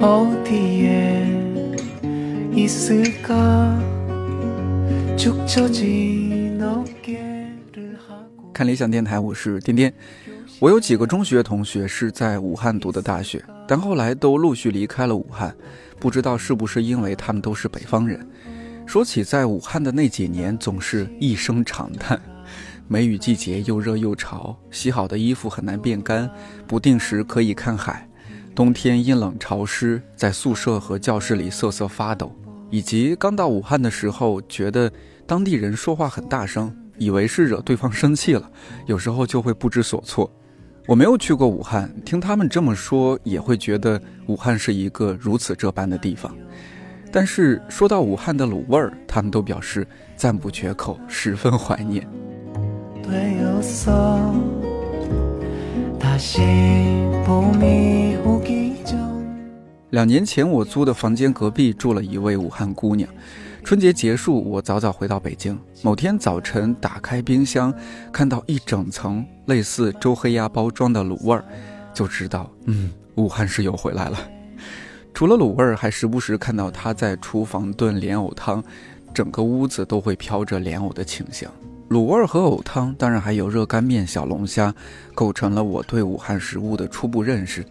어디에 있을까 죽 처진 어깨를 하고 看理想电台，我是颠颠。我有几个中学同学是在武汉读的大学，但后来都陆续离开了武汉，不知道是不是因为他们都是北方人。说起在武汉的那几年，总是一声长叹。梅雨季节又热又潮，洗好的衣服很难变干，不定时可以看海。冬天阴冷潮湿，在宿舍和教室里瑟瑟发抖，以及刚到武汉的时候，觉得当地人说话很大声，以为是惹对方生气了，有时候就会不知所措。我没有去过武汉，听他们这么说，也会觉得武汉是一个如此这般的地方。但是说到武汉的卤味儿，他们都表示赞不绝口，十分怀念。 되었어 다시 봄이 오기 전 两年前，我租的房间隔壁住了一位武汉姑娘。春节结束，我早早回到北京。某天早晨，打开冰箱，看到一整层类似周黑鸭包装的卤味儿，就知道，嗯，武汉室友回来了。除了卤味儿，还时不时看到她在厨房炖莲藕汤，整个屋子都会飘着莲藕的清香。卤味儿和藕汤，当然还有热干面、小龙虾，构成了我对武汉食物的初步认识。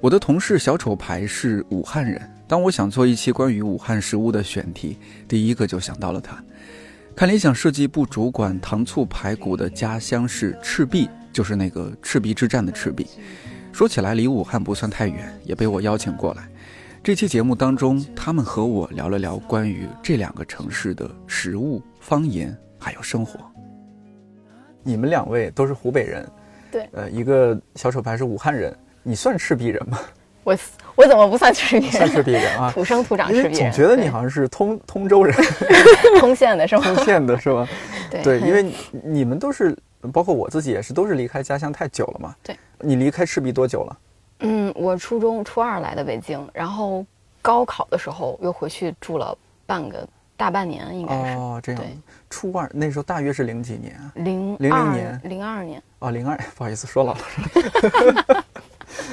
我的同事小丑牌是武汉人，当我想做一期关于武汉食物的选题，第一个就想到了他。看理想设计部主管糖醋排骨的家乡是赤壁，就是那个赤壁之战的赤壁。说起来离武汉不算太远，也被我邀请过来。这期节目当中，他们和我聊了聊关于这两个城市的食物、方言还有生活。你们两位都是湖北人，对呃，一个小丑牌是武汉人，你算赤壁人吗？我我怎么不算赤壁算赤人？壁人 啊，土生土长因赤壁为人，总觉得你好像是通通州 人对通县的是吗？通县的是吧？对嗯对，很因为你你们都是，包括我自己也是，都是离开家乡太久了嘛。对，你离开赤壁多久了？嗯，我初中初二来的北京，然后高考的时候又回去住了半个大半年，应该是哦，这样对。初二那时候大约是零几年啊？零02二年零二年哦，零二，不好意思，说老了。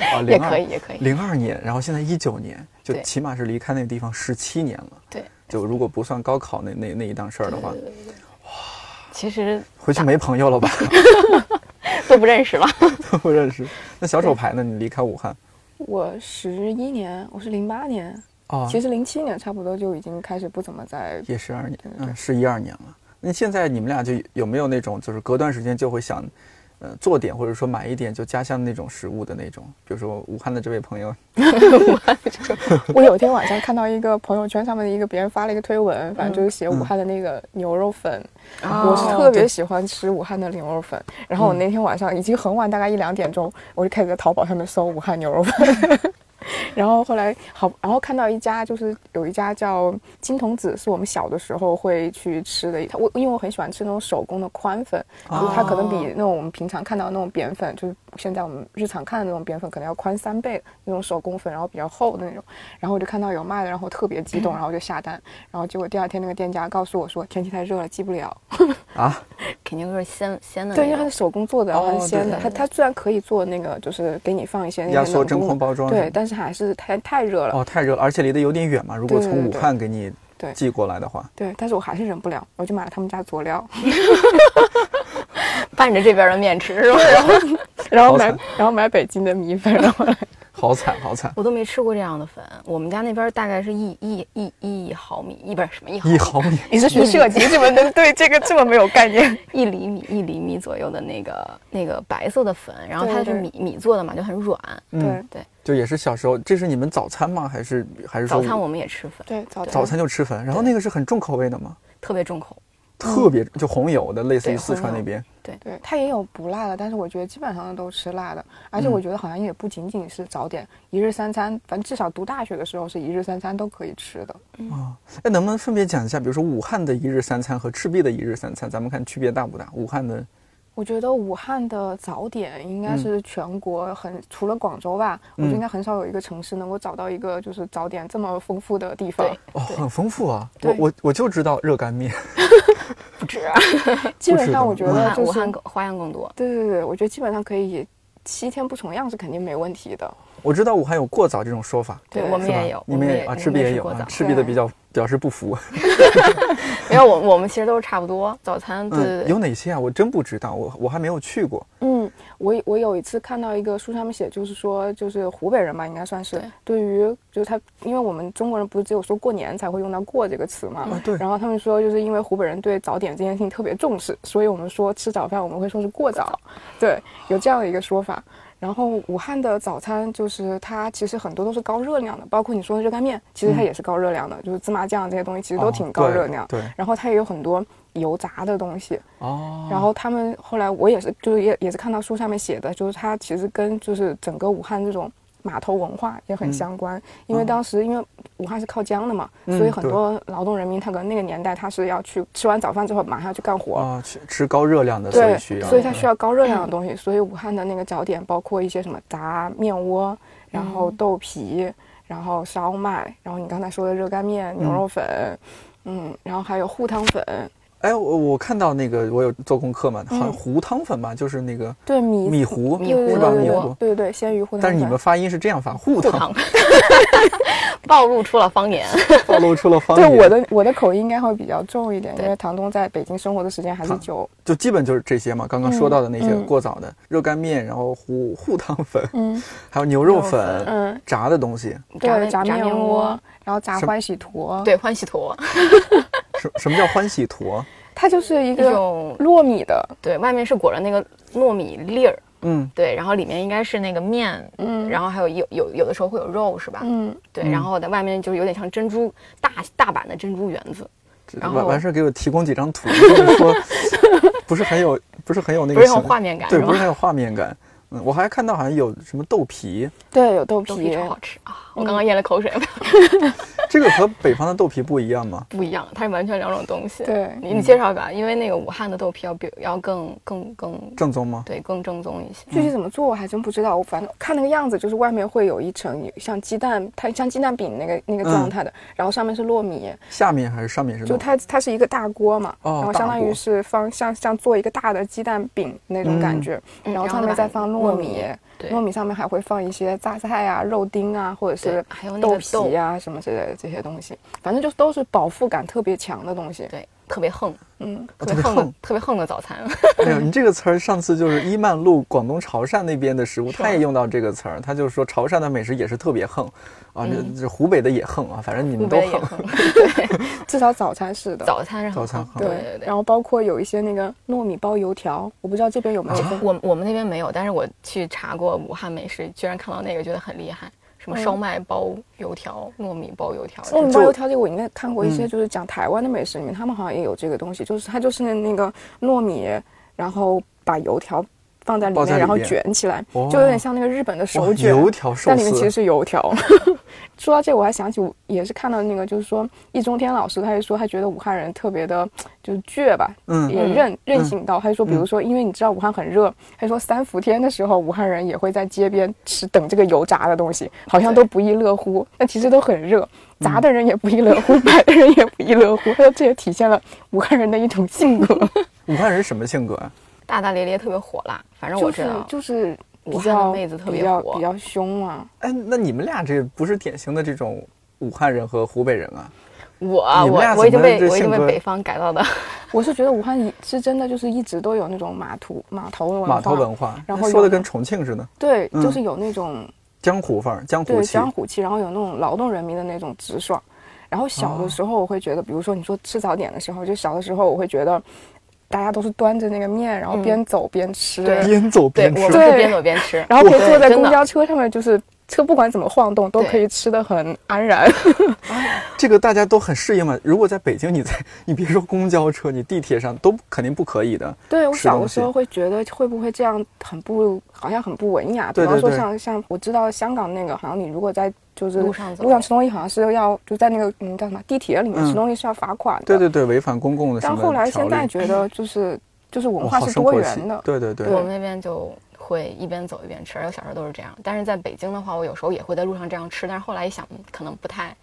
啊， 也零可二以，也可以，零二年，然后现在一九年，就对起码是离开那个地方十七年了。对。就如果不算高考那那那一档事儿的话，呃其实回去没朋友了吧？ 都不认识了。都不认识。那小丑牌呢？你离开武汉我十一年，我是零八年，哦，其实零七年差不多就已经开始不怎么在。也十二年对，对嗯，是一二年了。那现在你们俩就有没有那种，就是隔段时间就会想，呃，做点或者说买一点就家乡那种食物的那种，比如说武汉的这位朋友，我有一天晚上看到一个朋友圈上面的一个别人发了一个推文，反正就是写武汉的那个牛肉粉，我是特别喜欢吃武汉的牛肉粉。然后我那天晚上已经很晚，大概一两点钟，我就开始在淘宝上面搜武汉牛肉粉。 然后后来好，然后看到一家就是有一家叫金童子，是我们小的时候会去吃的。它我因为我很喜欢吃那种手工的宽粉，哦就是它可能比那种我们平常看到的那种扁粉，就是现在我们日常看的那种扁粉，可能要宽三倍那种手工粉，然后比较厚的那种。然后我就看到有卖的，然后我特别激 动，然后我就下单。然后结果第二天那个店家告诉我说天气太热了，寄不了。啊， 肯定就是鲜鲜的对，因为那它是种，手工做的，然后它哦是鲜的。对它它虽然可以做那个，就是给你放一些那个压缩冷真冻空包装是对吗，但是还是太太热了。哦，太热了，而且离得有点远嘛。如果对对从武呃对汉给你对寄过来的话，对，但是我还是忍不了，我就买了他们家佐 料，拌着这边的面吃是吧？啊然好后买惨然后买北京的米粉，然后 好惨，好 惨， 我都没吃过这样的粉，我们家那边大概是一一一一毫米，一不是什么一毫一米，毫米你是学设计，嗯怎么 能对这个这么没有概念？一厘米一厘米左右的那个那个白色的粉，然后它对对是米米做的嘛，就很软。嗯 对就也是小时候，这是你们早餐吗？还是还是说早餐我们也吃粉，对，早早餐就吃粉，然后那个是很重口味的吗？特别重口。特别就红油的，类似于对四川嗯红那油边对，它也有不辣的，但是我觉得基本上都吃辣的，而且嗯我觉得好像也不仅仅是早点，一日三餐，反正至少读大学的时候是一日三餐都可以吃的。啊。哎，能不能分别讲一下，比如说武汉的一日三餐和赤壁的一日三餐，咱们看区别大不大？武汉的我觉得武汉的早点应嗯该是全国很、除了广州吧，我觉得应该很少有一个城市能够找到一个就是早点这么丰富的地方。对哦，很丰富啊！我对我我就知道热干面，基本上不我是觉的武得汉就武是汉更花样更多，对对对，我觉得基本上可以七天不重样是肯定没问题的。我知道武汉有过早这种说法，对对我们是吧也有，你们也也啊，赤壁我们也是有过啊早，赤壁的比较表示不服。没有我我们其实都是差不多，早餐对对嗯，对有哪些啊？我真不知道，我我还没有去过。嗯，我我有一次看到一个书上面写，就是说，就是湖北人吧，应该算是对于，就是他，因为我们中国人不是只有说过年才会用到“过”这个词嘛，啊，对，然后他们说，就是因为湖北人对早点这件事情特别重视，所以我们说吃早饭我们会说是过早，对，有这样的一个说法。然后武汉的早餐就是它其实很多都是高热量的，包括你说的热干面，其实它嗯也是高热量的，就是芝麻酱这些东西其实都哦挺高对热量。对，然后它也有很多油炸的东西，哦，然后他们后来我也是，就是也也是看到书上面写的，就是它其实跟就是整个武汉这种码头文化也很嗯相关，因为嗯当时因为武汉是靠江的嘛，嗯所以很对多劳动人民他可能那个年代他是要去吃完早饭之后马上要去干活。啊，吃吃高热量的，所对以，需要，嗯所以它需要要高热量的东西，所以武汉的那个早点包括一些什么炸面窝，然后嗯豆皮，然后烧麦，然后你刚才说的热干面、牛嗯肉粉，嗯，然后还有糊汤粉，哎，我我看到那个，我有做功课嘛，好像嗯糊汤粉吧，就是那个对米米糊，米糊是对吧？对对米对糊。对对对，鲜鱼糊汤粉。但是你们发音是这样发，糊不汤糖，， 暴露出了 方言。暴露出了方对言。我的我的口音应该会比较重一点，因对为唐东在北京生活的时间还是唐久。就基本就是这些嘛，刚刚说到的那些嗯嗯过早的热干面，然后糊 糊汤粉，嗯还有牛肉牛肉粉粉，嗯，炸的东西。对，炸炸面面窝窝，然后炸什么欢喜坨，，对，欢喜坨什什么叫欢喜坨？它就是一那个种，糯米的，对外面是裹着那个糯米粒儿，嗯，对，然后里面应该是那个面，嗯然后还有有有有的时候会有肉，是吧？嗯，对，嗯然后在外面就是有点像珍珠大大版的珍珠圆子，这然完后完事儿给我提供几张图，就是 说不是很有不是很有那个不是很形有画面感，对，是不是吧？很有画面感。嗯，我还看到好像有什么豆皮，对，有豆豆皮皮嗯超，好吃啊！我刚刚咽了口水， 这个和北方的豆皮不一样吗？不一样，它是完全两种东西。对你嗯你介绍吧，因为那个武汉的豆皮要比要更更更正宗吗？对更正宗一些。具体怎么做我还真不知道，我反正看那个样子，就是外面会有一层像鸡蛋，它像鸡蛋饼那个那个嗯状态的，然后上面是糯米，下面还是上面是豆就它它是一个大锅嘛，哦然后大相当于锅是放像像做一个大的鸡蛋饼那种感嗯觉，嗯然然后后上面把再放糯糯米米，对糯米上面还会放一些榨菜啊、肉丁啊，或者对是还有那豆个皮啊什么之类的这些东西，反正就都是饱腹感特别强的东西。对，特别横，嗯，哦特别特别横的横，特别横的早餐。哎呦，你这个词儿上次就是伊曼路广东潮汕那边的食物，是吧他也用到这个词儿，他就说潮汕的美食也是特别横，啊，这嗯这湖北的也横啊，反正你湖们都北也横。横， 至少早餐是的。早餐是早很餐横，横对对对对。然后包括有一些那个糯米包油条，我不知道这边有啊没有分。我我们那边没有，但是我去查过武汉美食，居然看到那个觉得很厉害，什么嗯哦烧麦包油条、糯米包油条，糯米就包油条这个我应该看过一些，嗯就是讲台湾的美食里面，他们好像也有这个东西，就是它就是那个糯米，然后把油条放在里包在面，里然后面卷起来，哦就有点像那个日本的哇手卷。油条寿但里面其实司，是油条。说到这，我还想起，也是看到那个，就是说易中天老师，他就说他觉得武汉人特别的，就是倔吧，嗯，也嗯任任性到，他就说，比如说，因为你知道武汉很热，他说三伏天的时候，武汉人也会在街边吃等这个油炸的东西，好像都不亦乐乎，但其实都很热。炸的人也不亦乐 乎，买的人也不亦乐乎。他说这也体现了武汉人的一种性格，武汉人什么性格啊？大大咧咧，特别火辣。 反正我就知是道，就是比武汉较的妹子特比别较火比较凶啊嘛。哎，那你们俩这不是典型的这种武汉人和湖北人啊？我你们俩我我已怎经么被这我已经性被格北方改 造的，我是觉得武汉一是真的就是一直都有那种码头码头文化，码头文化，然后说的有跟重庆似的，对，嗯就是有那种江湖范儿，江湖对气。江湖气，然后有那种劳动人民的那种直爽。然后小的时候我会觉得，比如说你说吃早点的时候，就小的时候我会觉得，大家都是端着那个面，然后嗯边走边吃，对边走对边我吃们，是边走边吃，然后可以对坐在真公的交车上面，就是车不管怎么晃动都对可以吃的很安然。这个大家都很适应嘛。如果在北京，你在你别说公交车，你地铁上都肯定不可以的。对我吃小东的时候西会觉得会不会这样很不，好像很不文雅。对比对方说对像像我知道香港那个，好像你如果在就是路上走路上吃东西，好像是要就在那个嗯叫什么地铁里面嗯吃东西是要罚款的。对对对，违反公共的什但么后来现在条例觉得就是就是文哦化好是生多活元气的。对对对，我们那边就会一边走一边吃，而且我小时候都是这样。但是在北京的话，我有时候也会在路上这样吃，但是后来一想，嗯可能不太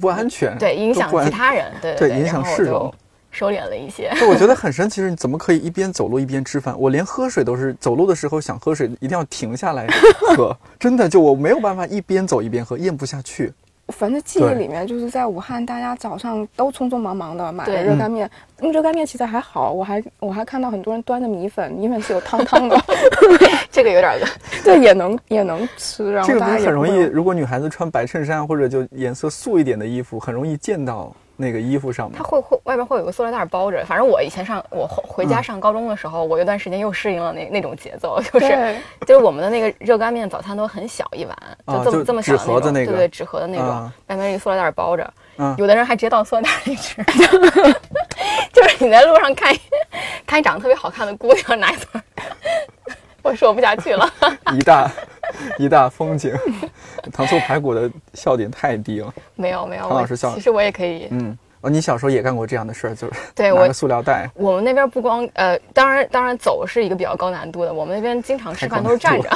不安全，对，影都嗯响不安其他人，对对对，影然响后我市就容收敛了一些。 对，我觉得很神奇是，你怎么可以一边走路一边吃饭？我连喝水都是走路的时候想喝水，一定要停下来 喝。真的，就我没有办法一边走一边喝，咽不下去。反正记忆里面就是在武汉，大家早上都匆匆忙忙的买了热干面。嗯，热干面其实还好，我还我还看到很多人端着米粉，米粉是有汤汤的， 这个有点饿。对，也能也能吃。然后这个大家也很容不易，会如果女孩子穿白衬衫或者就颜色素一点的衣服，很容易溅到那个衣服上它嘛。会会外边会有个塑料袋包着。反正我以前上我后回家嗯上高中的时候，我有段时间又适应了那那种节奏，就是对，就是我们的那个热干面早餐都很小一碗，啊就这么、就这么小纸盒子那那种，个对对，纸盒的那种，啊外面一个塑料袋包着，嗯有的人还直接到塑料袋里吃， 就是你在路上看一看一长得特别好看的姑娘拿一撮儿， 我说我不下去了。 一大 一大风景，糖醋排骨的笑点太低了。没有没有，唐老我师笑了其实我也可以。嗯，哦，你小时候也干过这样的事儿，就是对拿我个塑料袋。我们那边不光呃，当然当然走是一个比较高难度的，我们那边经常吃饭都是站着。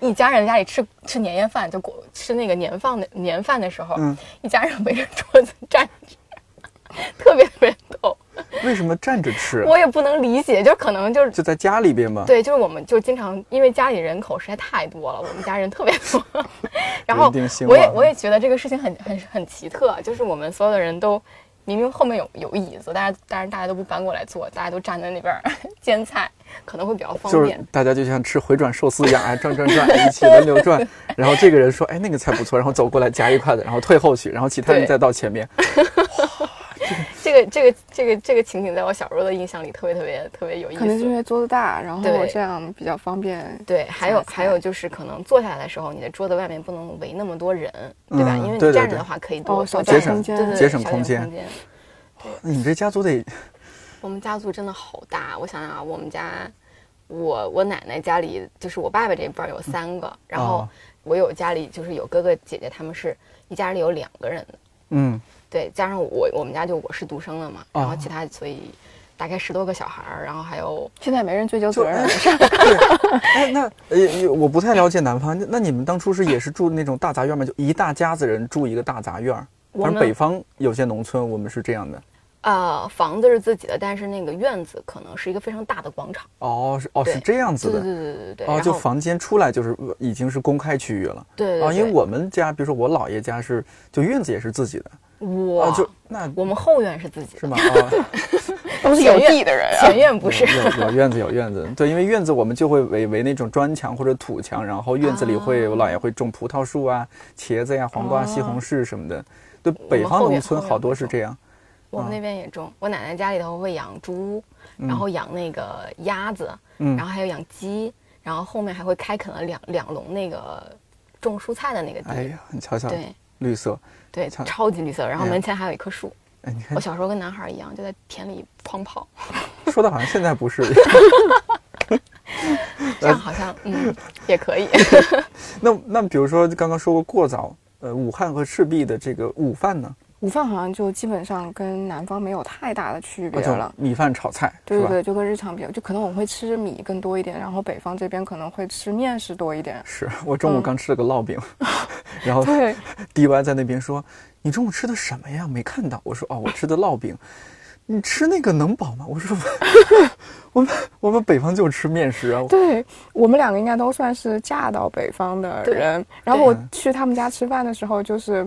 一家人家里吃吃年夜饭，就过吃那个年饭的年饭的时候，嗯一家人围着桌子站着，特别特别逗。为什么站着吃？我也不能理解，就可能就是就在家里边嘛。，对，就是我们就经常因为家里人口实在太多了，我们家人特别多， 然后一定兴我也旺我也觉得这个事情很很很奇特，啊就是我们所有的人都明明后面有有椅子，但是但是大家都不搬过来坐，大家都站在那边儿 煎菜，可能会比较方就是便。大家就像吃回转寿司一样，哎，转转转，一起轮流转。然后这个人说，哎，那个菜不错，然后走过来夹一筷子，然后退后去，然后其他人对再到前面。这个这个这个这个情景在我小时候的印象里特别特别特别有意思。可能是因为桌子大，然后对这样比较方便。对，还有还菜有就是，可能坐下来的时候，你的桌子外面不能围那么多人，对吧？嗯因为你对对站着对的话可以多哦少多节站省对对对节省少空点间空间。你这家族得我们家族真的好大，我想想啊，我们家，我我奶奶家里就是我爸爸这一辈儿有三个，然后哦我有家里就是有哥哥姐姐，他们是一家里有两个人的，嗯，对，加上我我们家就我是独生的嘛，哦然后其他所以大概十多个小孩儿，然后还有现在没人追究就哎责任了，对，哎，那呃，我不太了解南方，那那你们当初是也是住那种大杂院吗？就一大家子人住一个大杂院儿？我反们正北方有些农村我们是这样的。呃房子是自己的，但是那个院子可能是一个非常大的广场，哦，是哦，对是这样子对对的。对对对对，哦，然就后房间出来就是呃已经是公开区域了。对啊，对，因为对我们家，比如说我姥爷家是，就院子也是自己的，哇啊，就那我们后院是自己的， 是吗？哦啊，都是有地的人啊。前院不是。有有有院子有院子，对，因为院子我们就会围围那种砖墙或者土墙，然后院子里啊会、我姥爷会种葡萄树啊、茄子呀、黄瓜、西红柿什么的。对，北们方后面农村后面好多会是种这样。我啊们那边也种，我奶奶家里头会养猪，然后养那个鸭子，嗯然后还有养鸡，然后后面还会开垦了两两垄那个种蔬菜的那个地，哎呀，你瞧瞧，对绿色，对，操超级绿色。然后哎呀门前还有一棵树，哎，你 我看小时候跟男孩一样，就在田里 狂跑，说的好像现在不是一样。 这样好像 嗯也可以。那那比如说刚刚说过过早，呃，武汉和赤壁的这个午饭呢，午饭好像就基本上跟南方没有太大的区别啊就了。米饭炒菜对是对吧？对，就跟日常比较，就可能我会吃米更多一点，然后北方这边可能会吃面食多一点。是我中午嗯刚吃了个烙 饼，然后对， DY 在那边说：“你中午吃的什么呀？没看到。”我说：“哦，我吃的烙饼。”你吃那个能饱吗？我说 我们我们北方就吃面食啊。对我们两个应该都算是嫁到北方的对人。然后我对去他们家吃饭的时候，就是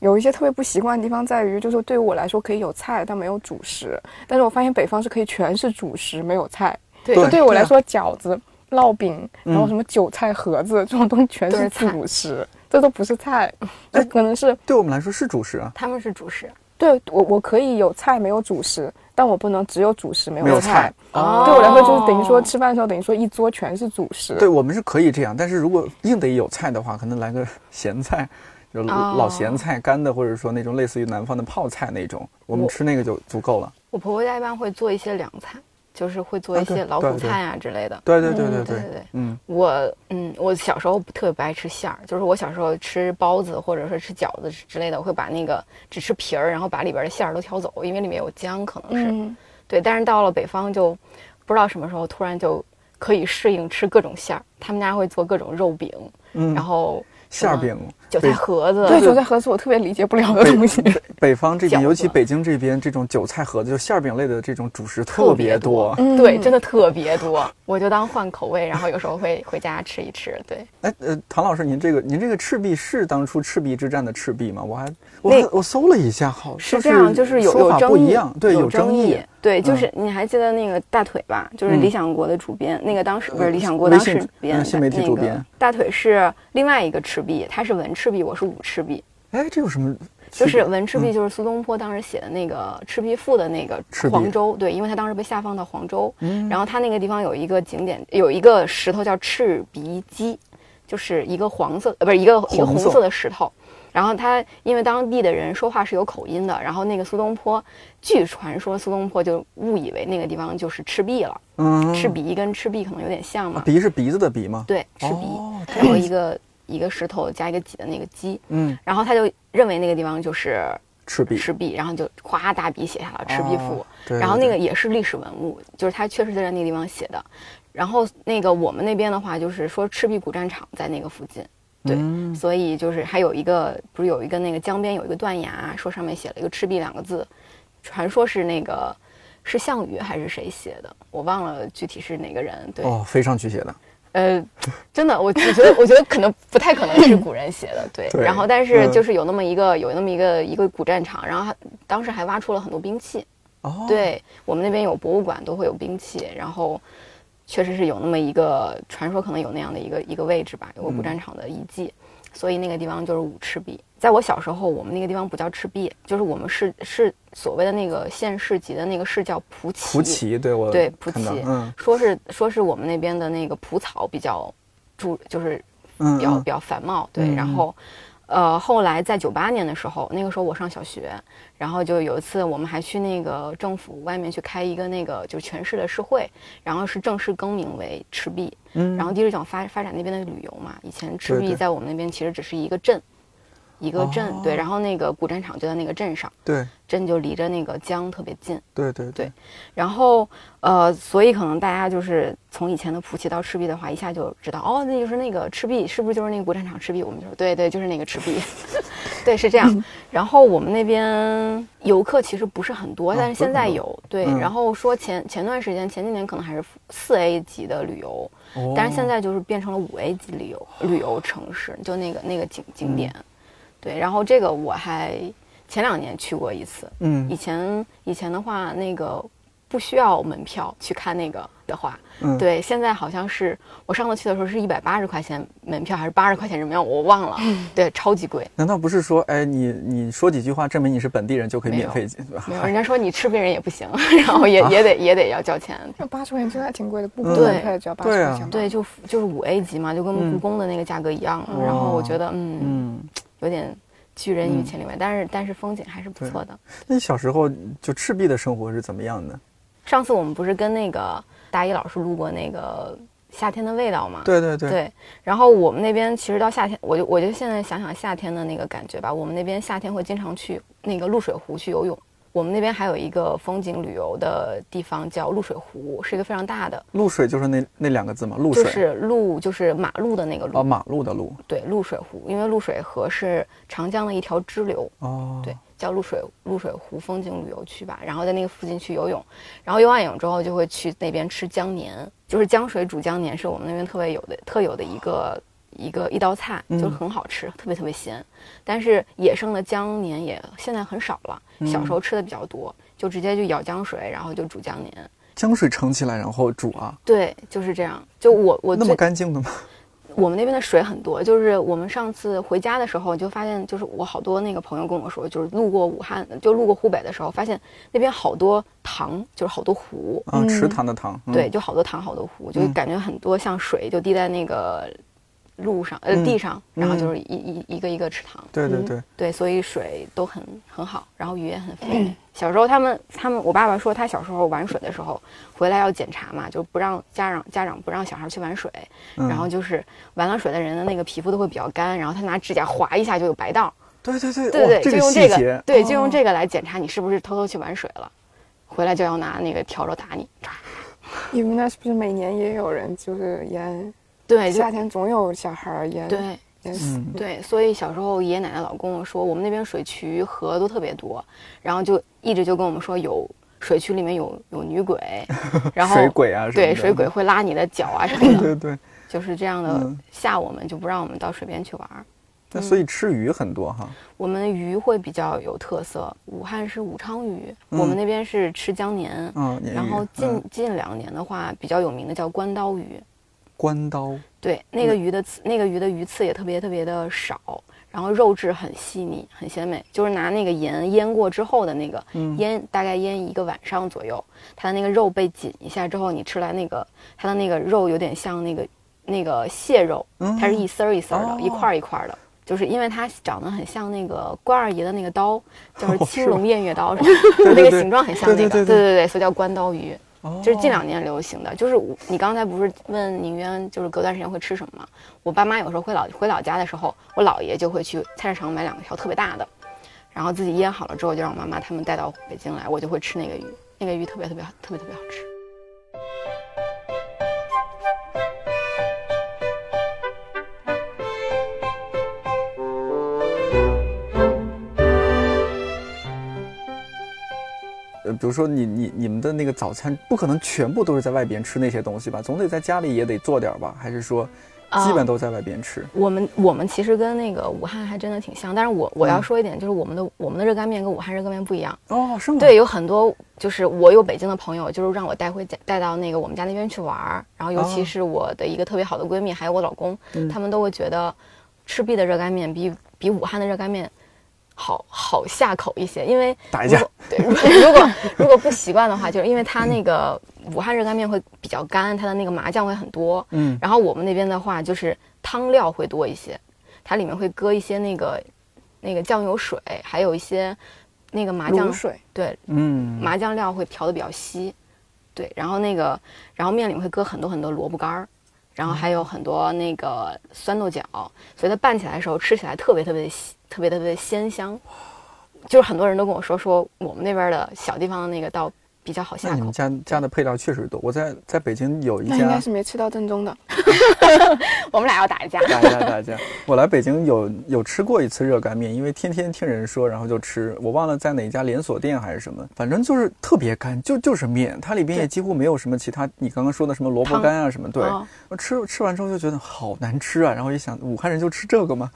有一些特别不习惯的地方，在于就是对于我来说可以有菜，但没有主食。但是我发现北方是可以全是主食，没有菜。对就对我对啊来说，饺子、烙饼，然后嗯什么韭菜盒子这种东西全都是是菜主食，这都不是菜， 这哎可能是对我们来说是主食啊，他们是主食，对我我可以有菜没有主食，但我不能只有主食没没有有菜菜。。啊哦对我来说就是等于说吃饭的时候等于说一桌全是主食。对我们是可以这样，但是如果硬得有菜的话，可能来个咸菜，就哦老咸菜干的，或者说那种类似于南方的泡菜那种，我们我吃那个就足够了。我婆婆家一般会做一些凉菜，就是会做啊一对些老对虎对菜啊之类的。对对对嗯对对对对嗯，我嗯，我小时候特别不爱吃馅儿，就是我小时候吃包子或者说吃饺子之类的，我会把那个只吃皮儿，然后把里边的馅儿都挑走，因为里面有浆，可能是、嗯，对。但是到了北方就不知道什么时候突然就可以适应吃各种馅儿，他们家会做各种肉饼，嗯然后馅儿饼，韭菜北盒子，对，韭菜盒子我特别理解不了的东西。北方这边，饺尤其子北京这边，这种韭菜盒子就馅儿饼类的这种主食特特别别多。嗯对，真的特别多。我就当换口味，然后有时候会回家吃一吃。对，哎，呃，唐老师，您这个您这个赤壁是当初赤壁之战的赤壁吗？我还我那还我搜了一下，好是像这样，就是有说有法争不议，一样，对，有争议。对，就嗯是你还记得那个大腿吧？就是嗯理想国的主编，那个当时不是理想国微当信时主主编，嗯新媒体主编。大腿是另外一个赤壁，他是文赤壁，我是武赤壁。哎，这有什么区就别？是文赤壁，嗯就是苏东坡当时写的那个《赤壁赋》的那个赤壁嗯黄州，对，因为他当时被下放到黄州，然后他那个地方有一个景点，有一个石头叫赤鼻矶，就是一个黄色，呃，不是一个一个红红色色的石头。然后他因为当地的人说话是有口音的，然后那个苏东坡，据传说苏东坡就误以为那个地方就是赤壁了，嗯，啊赤鼻跟赤壁可能有点像嘛，鼻是鼻子的鼻吗？对，赤鼻，哦这然后一个一个石头加一个几的那个鸡，嗯，然后他就认为那个地方就是赤壁，赤壁，然后就夸大笔写下了《赤壁赋嗯哦》对然后那对个也是历史文物，就是他确实在那个地方写的。然后那个我们那边的话，就是说赤壁古战场在那个附近，对，嗯所以就是还有一个不是有一个那个江边有一个断崖，说上面写了一个“赤壁”两个字，传说是那个是项羽还是谁写的，我忘了具体是哪个人。对，哦，飞上去写的，呃，真的，我我觉得，我觉得可能不太可能是古人写的，对。对然后但是嗯就是有那么一个、有那么一个一个古战场，然后还当时还挖出了很多兵器，哦，，对我们那边有博物馆，都会有兵器，然后确实是有那么一个传说，可能有那样的一个一个位置吧，有个古嗯战场的遗迹，所以那个地方就是五赤壁。在我小时候，我们那个地方不叫赤壁，就是我们市市所谓的那个县市级的那个市叫蒲旗，蒲旗，对我对蒲看到旗嗯说是说是我们那边的那个蒲草比较注，就是嗯，比较嗯比较繁茂，对。然嗯后，呃，后来在九八年的时候，那个时候我上小学，然后就有一次我们还去那个政府外面去开一个那个就全市的市会，然后是正式更名为赤壁，嗯然后第一是想发发展那边的旅游嘛，以前赤对壁对在我们那边其实只是一个镇，一个镇，对。哦然后那个古战场就在那个镇上，对镇就离着那个江特别近。对对对，然后呃，所以可能大家就是从以前的蒲旗到赤壁的话，一下就知道哦，那就是那个赤壁，是不是就是那个古战场赤壁？我们就说对对，就是那个赤壁， 对，是这嗯样。然后我们那边游客其实不是很多，啊但是不是现在很有、对。嗯然后说前前段时间前几年可能还是四 A 级的旅游，哦但是现在就是变成了五 A 级旅游旅游城市，就那个那个景嗯景点，对。然后这个我还前两年去过一次，嗯以前以前的话，那个不需要门票去看那个的话，嗯对，现在好像是我上次去的时候是一百八十块钱门票，还是八十块钱人民币，我忘了，嗯对，超 级贵。难道不是说，哎，你你说几句话证明你是本地人就可以没免有费进？对吧没有，人家说你吃别人也不行， 然后也啊也得也得要交钱。那八十块钱真的还挺贵的，步步嗯门票也只要八十对块啊钱吧。对，就就是五 A 级嘛，就跟嗯故宫的那个价格一样。然后我觉得，嗯，嗯，有点拒人于嗯千里外，但是但是风景还是不错的。那你小时候就赤壁的生活是怎么样的？上次我们不是跟那个大一老师录过那个夏天的味道嘛？对对对，对，然后我们那边其实到夏天，我就我就现在想想夏天的那个感觉吧。我们那边夏天会经常去那个露水湖去游泳。我们那边还有一个风景旅游的地方叫露水湖，是一个非常大的，露水就是那那两个字嘛，露就水是路就是马路的那个路，哦，马路的路对，露水湖，因为露水河是长江的一条支流，哦，对，叫露水露水湖风景旅游区吧。然后在那个附近去游泳，然后游完泳之后就会去那边吃江年，就是江水煮江年，是我们那边特别有的特有的一个一个一道菜，嗯就是很好吃，特别特别咸。但是野生的江年也现在很少了，小嗯时候吃的比较多，就直接就舀江水，然后就煮江年。江水盛起来然后煮啊，对，就是这样。就我我那最么干净的吗？我们那边的水很多，就是我们上次回家的时候，就发现，就是我好多那个朋友跟我说，就是路过武汉，就路过湖北的时候，发现那边好多塘，就是好多湖，啊，池塘的塘，嗯对，，就好多塘，好多湖，就感觉很多像水就滴在那个路上，呃，嗯地上，然后嗯就是一一一个一个池塘，嗯对对对，对，所以水都很很好，然后鱼也很肥美。 小时候他们他们，我爸爸说他小时候玩水的时候回来要检查嘛，就不让家长家长不让小孩去玩水，嗯然后就是玩了水的人的那个皮肤都会比较干，然后他拿指甲划一下就有白道，对对对，对哇对，这就个用细这节哦个，，对，就用这个来检查你是不是偷偷去玩水了，回来就要拿那个笤帚打你，唰你们那是不是每年也有人就是淹？哎对，就夏天总有小孩儿淹。对。 Yes 嗯对，所以小时候爷爷奶奶老跟我说，我们那边水渠河都特别多，然后就一直就跟我们说有水渠里面有有 女鬼，然后水鬼啊什么的对水鬼会拉你的脚啊什么 对的，对。就是这样的嗯吓我们，就不让我们到水边去玩儿。那所以嗯吃鱼很多哈，我们鱼会比较有特色，武汉是武昌鱼，嗯我们那边是吃江年，嗯，鲶鱼然后近、嗯近两年的话，比较有名的叫关刀鱼，关刀，对，那个嗯鱼的刺，那个鱼的鱼刺也特别特别的少，然后肉质很细腻，很鲜美，就是拿那个盐腌过之后的那个、嗯腌，大概腌一个晚上左右，它的那个肉被紧一下之后，你吃来那个它的那个肉有点像那个那个蟹肉，嗯它是一丝儿一丝儿的，哦一块儿一块儿的。就是因为它长得很像那个关二爷的那个刀，哦就是青龙偃月刀，是吧那对个对形状很像那对个，对对对对对，所以叫关刀鱼。哦就是近两年流行的，就是我你刚才不是问宁渊，就是隔段时间会吃什么吗？我爸妈有时候回老回老家的时候，我姥爷就会去菜市场买两条特别大的，然后自己腌好了之后，就让我妈妈他们带到北京来，我就会吃那个鱼，那个鱼特别特别好特别特别好吃。呃，比如说你你你们的那个早餐，不可能全部都是在外边吃那些东西吧？总得在家里也得做点儿吧？还是说啊基本都在外边吃？我们我们其实跟那个武汉还真的挺像，但是我我要说一点，就是我们的我们的热干面跟武汉热干面不一样。哦，是吗？对，有很多就是我有北京的朋友，就是让我带回家，带到那个我们家那边去玩儿。然后尤其哦嗯是我的一个特别好的闺蜜，还有我老公，他们都会觉得赤壁的热干面比比武汉的热干面好好下口一些，因为打一如架果对，如如果如果不习惯的话，就是因为它那个武汉热干面会比较干，它的那个麻酱会很多。嗯然后我们那边的话，就是汤料会多一些，它里面会搁一些那个那个酱油水，还有一些那个麻酱卤水，对，嗯，麻酱料会调的比较稀，对，然后那个，然后面里面会搁很多很多萝卜干儿，然后还有很多那个酸豆角，所以它拌起来的时候吃起来特别特别的鲜特别特别的鲜香，就是很多人都跟我说说我们那边的小地方的那个倒比较好那下你们口，家加的配料确实多。我在在北京有一那应家该是没吃到正宗的。我们俩要打一架，打一架打一架。我来北京有有吃过一次热干面，因为天天听人说，然后就吃。我忘了在哪家连锁店还是什么，反正就是特别干，就就是面，它里边也几乎没有什么其他。你刚刚说的什么萝卜干啊什么，对，哦我吃吃完之后就觉得好难吃啊。然后一想，武汉人就吃这个 吗？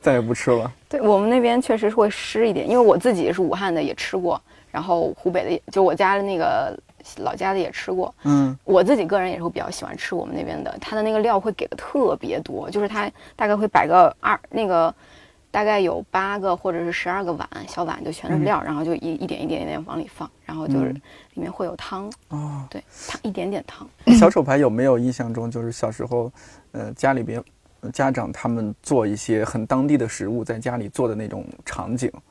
再也不吃了。对我们那边确实是会湿一点，因为我自己是武汉的也吃过，然后湖北的也就我家的那个老家的也吃过，嗯，我自己个人也是会比较喜欢吃我们那边的，它的那个料会给的特别多，就是它大概会摆个二那个，大概有八个或者是十二个碗，小碗就嗯全是料，然后就一一点一点一点往里放，然后就是嗯里面会有汤，哦，对，汤一点点汤。小丑牌有没有印象中就是小时候，呃，家里边呃家长他们做一些很当地的食物，在家里做的那种场景？嗯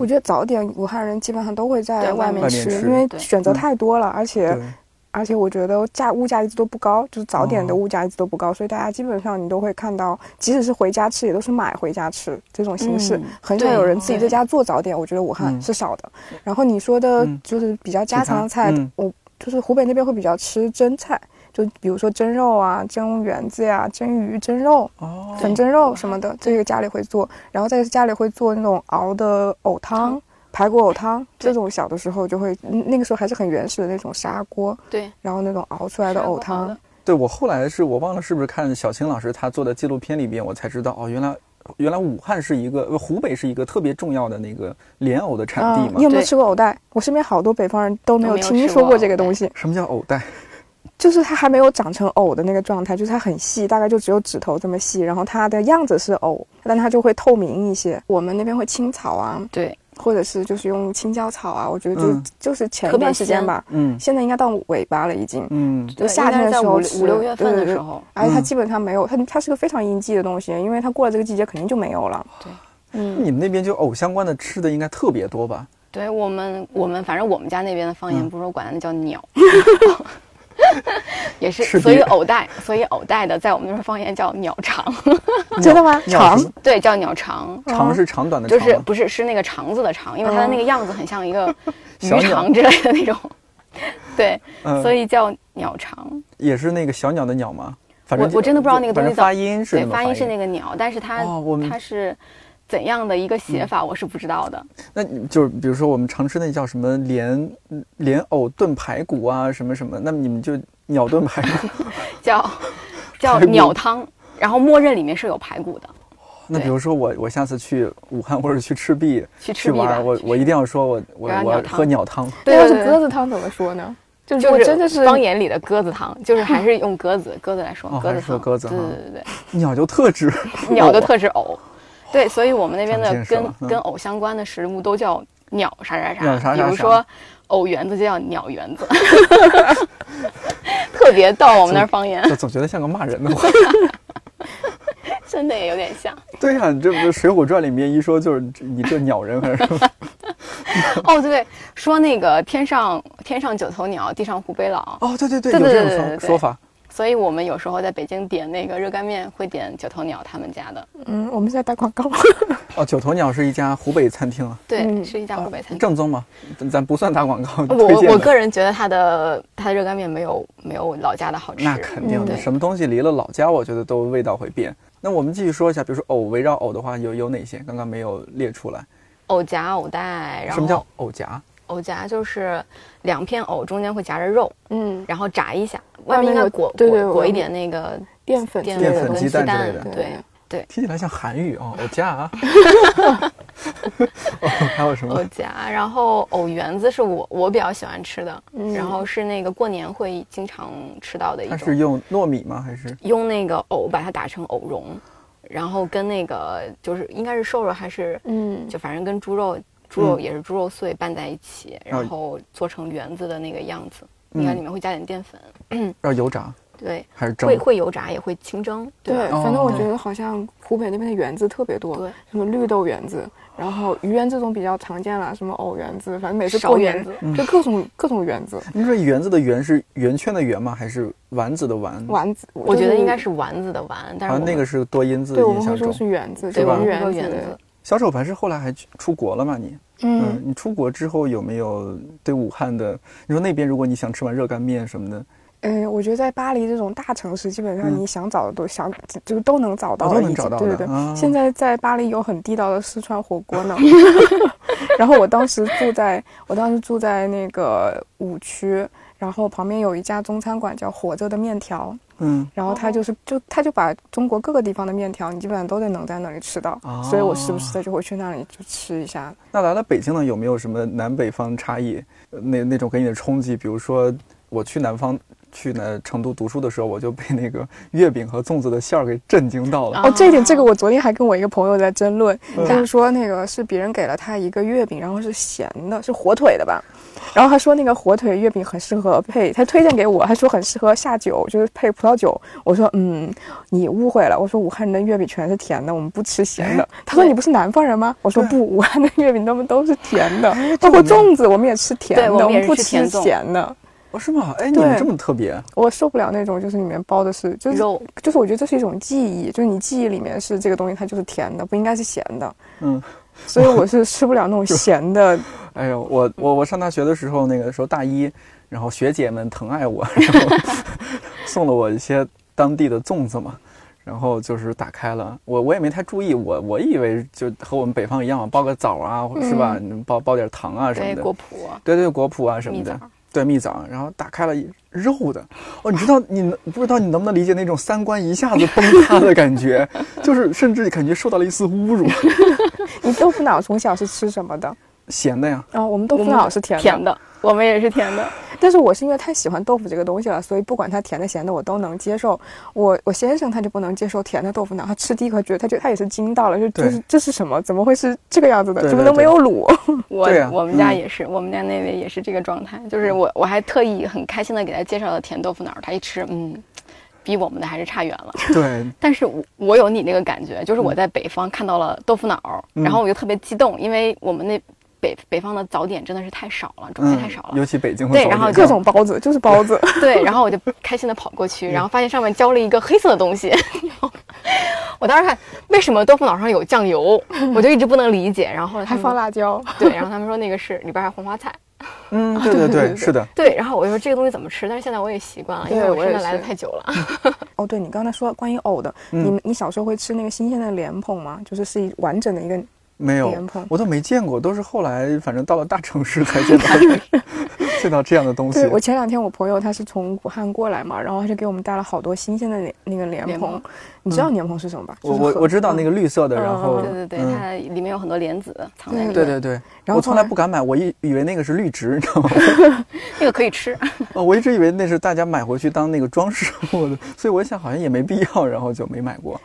我觉得早点武汉人基本上都会对在外外面面吃吃，吃因为对选择嗯太多了，而且对，而且我觉得价物价一直都不高，就是早点的哦物价一直都不高，所以大家基本上你都会看到，即使是回家吃，也都是买回家吃这种形式，嗯很少对有人自己对在家做早点。我觉得武汉嗯是少的。然后你说的嗯就是比较家常的菜，其他嗯我就是湖北那边会比较吃蒸菜，就比如说蒸肉啊、蒸圆子呀、蒸鱼、蒸肉。哦，粉蒸肉什么的，这个家里会做，然后再是家里会做那种熬的藕汤汤、排骨藕汤，对这种小的时候就会，嗯那个时候还是很原始的那种砂锅，对，然后那种熬出来的藕汤，对我后来是我忘了是不是看小青老师他做的纪录片里边，我才知道哦，原来原来武汉是一个呃湖北是一个特别重要的那个莲藕的产地嘛。嗯，你有没有对吃过藕带？我身边好多北方人都没有都没有听吃说过过藕这个东带西，什么叫藕带？就是它还没有长成藕的那个状态，就是它很细，大概就只有指头这么细，然后它的样子是藕，但它就会透明一些。我们那边会青草啊，对，或者是就是用青椒炒啊，我觉得就、嗯就是前特一别段时间鲜吧，嗯现在应该到尾巴了已经。嗯，就夏天应该是的在时五候六五六月份的时吃，候，对对对而且它嗯基本上没有，它它是个非常应季的东西，因为它过了这个季节肯定就没 有了。对，嗯，你们那边就藕相关的吃的应该特别多吧？对我们我们反正我们家那边的方言嗯不是说管那叫 鸟。也是，赤壁所以藕带，所以藕带的在我们那边方言叫鸟肠，真的吗？鸟肠 什么对，叫鸟肠。长是长短的哦就长吗，哦是不是是那个肠子的肠，因为它的那个样子很像 一个鱼小鸟肠之类 的那种，对，嗯所以叫鸟肠。也是那个小鸟的鸟吗？反正我我真的不知道那个东西反正发音是对，那么发音音是那个鸟，但是它、哦我嗯们它是怎样的一个写法，我是不知道的。那你就是比如说我们常吃那叫什么莲莲藕炖排骨啊，什么什么，那么你们就鸟炖排 骨。 叫叫排骨鸟汤，然后默认里面是有排骨的。那比如说我我下次去武汉或者去赤壁去赤去壁吧玩，我去我一定要说我我我要我要鸟汤喝鸟汤。那对要对是对鸽子汤 怎么说呢？就就我是真的是方言里的鸽子汤，就是还是用鸽 子鸽子来说哦，鸽还子是说汤，鸽子对哈对对对鸟就特指对， 鸟的特指藕，对，所以我们那边长见的识了嗯跟跟藕相关的食物都叫鸟啥啥鸟啥啥啥比如说藕圆子就叫鸟圆子， 特别逗，我们那儿方言 就总觉得像个骂人的话。 真的也有点像。对呀、你这不是《水浒传》里面一说就是这你这鸟人还是什 么？哦，对对，说那个天上天上九头鸟，地上湖北佬，哦，对对对，有对对对这种对对说对说法。所以我们有时候在北京点那个热干面会点九头鸟他们家的，嗯，我们在打广告。 哦，九头鸟是一家湖北餐厅啊，对，嗯是一家湖北餐厅。正宗吗？咱咱不算打广告，我哦推荐我的个人觉得它的它的热干面没有没有老家的好吃，嗯那肯定的，对什么东西离了老家，我觉得都味道会变。那我们继续说一下，比如说藕，围绕藕的话有有哪些？刚刚没有列出来。藕夹藕带，然后什么叫藕夹？藕夹？就是两片藕中间会夹着肉，嗯，然后炸一下，外啊外面面应有该裹对对裹我裹一们点那个淀粉之淀类淀的粉东跟鸡西蛋之蛋类的嗯对对对，听起来像韩语哦，藕夹 啊。哦还有什藕么？夹，然后藕圆子是我我比较喜欢吃的，嗯然后是那个过年会经常吃到的一它种，是用糯米吗？还是用那个藕把它打成藕蓉，然后跟那个就是应该是瘦肉还是嗯，就反正跟猪肉，猪肉嗯啊也是猪肉碎拌在一起，然后做成圆子的那个样子。嗯应该里面会加点淀粉，要油炸对，还是蒸会？会油炸，也会清蒸，对，吧？反正我哦觉得好像湖北那边的园子特别多，啊对，什么绿豆园子，然后鱼园这种比较常见了，什么藕园子，反正每次勺过年圆子就各种各种园子，你说圆子的圆是圆圈的圆吗？还是丸子的丸？丸子，嗯我觉得应该是，是丸子的丸，但好是像我们啊那个是多音字，对，我们印会象说中。是园子，对是吧我吧们园说子圆子，小手盘是后来还去出国了嘛？你嗯嗯，，你出国之后有没有对武汉的？你说那边如果你想吃碗热干面什么的，哎，我觉得在巴黎这种大城市，基本上嗯你想找的都想就都能找到哦了已都经，能找到对的对对、啊现在在巴黎有很地道的四川火 锅呢。然后我当时住在，我当时住在那个五区，然后旁边有一家中餐馆叫活着的面条，嗯，然后他就是就他就把中国各个地方的面条，你基本上都得能在那里吃到，哦所以我时不时的就会去那里就吃一下。那来了北京呢，有没有什么南北方差异？呃那那种给你的冲击，比如说我去南方，去南成都读书的时候，我就被那个 月饼和粽子的馅儿给震惊到了。啊哦，这一点，这个我昨天还跟我一个朋友在争论，嗯他就说那个是别人给了他一个月饼，然后是咸的，是火腿的吧？然后他说那个火腿月饼很适合配，他推荐给我，他说很适合下酒，就是配葡萄酒。我说嗯，你误会了，我说武汉人的月饼全是甜的，我们不吃咸的。他说你不是南方人吗？我说对不，武汉的月饼他们都是甜 的，包括粽子我们也吃甜对的，我们也不是吃吃甜粽咸的。哦，是吗？哎，你们对这么特别，我受不了那种，就是里面包的是就是肉就是我觉得这是一种记忆，就是你记忆里面是这个东西，它就是甜的，不应该是咸的，嗯， 所以我是吃不了那 种咸的。哎呦，我我我上大学的时候，那个时候大一，然后学姐们疼爱我，然 后送了我一些当地的粽子嘛，然后就是打开了，我我也没太注意，我我以为就和我们北方一样，包个枣啊，是吧？包包点糖啊什么嗯对的，果脯，对对果脯啊什么蜜枣的，对蜜枣，然后打开了肉的，哦，你知道你能不知道你能不能理解那种三观一下子崩塌的感觉，就是甚至感觉受到了一丝侮 辱，你豆腐脑从小是吃什么的？咸的呀。啊、我们豆我腐们脑是甜的，甜的，我们也是甜 的。但是我是因为太喜欢豆腐这个东西了，所以不管它甜的咸的我都能接受。我我先生他就不能接受甜的豆腐脑，他吃第一口觉得他觉得他也是惊到了，就对就是这是什么？怎么会是这个样子的？对怎么对能对没有卤？我、对啊我们家嗯也是，我们家那位也是这个状态，就是我我还特意很开心的给他介绍了甜豆腐脑儿，他一吃，嗯，比我们的还是差远了。对，但是我我有你那个感觉，就是我在北方看到了豆腐脑儿，嗯然后我就特别激动，因为我们那北北方的早点真的是太少了，种类太少了。嗯尤其北京的对早然后点就 各种包子就是 包子， 对，然后我就开心的跑过去，然后发现上面浇了一个黑色的东西。然后我当时看为什么豆腐脑上有酱油，我就一直不能理解。然后后来他还们放辣椒。对，然后他们说那个是里边还有红花菜，嗯，对对对对，对是的，对，然后我就说这个东西怎么吃，但是现在我也习惯了，因为对我我真也的来的是太久了。嗯哦，对你刚才说关于藕的，嗯你你小时候会吃那个新鲜的莲蓬吗？就是是一完整的一个没有莲，蓬。我都没见过，都是后来反正到了大城市才见到见到这样的东西对。我前两天我朋友他是从武汉过来嘛，然后他就给我们带了好多新鲜的莲那个莲莲蓬蓬，你知道莲蓬是什么吧？我就是我和我知道那个绿色的，嗯然后对对对，嗯它里面有很多莲子藏在里面，对对对，然后我从后来来不敢买，我一以为那个是绿植，你知道吗？ 那个可以吃。呃我一直以为那是大家买回去当那个装饰物的，所以我想好像也没必要，然后就没买过。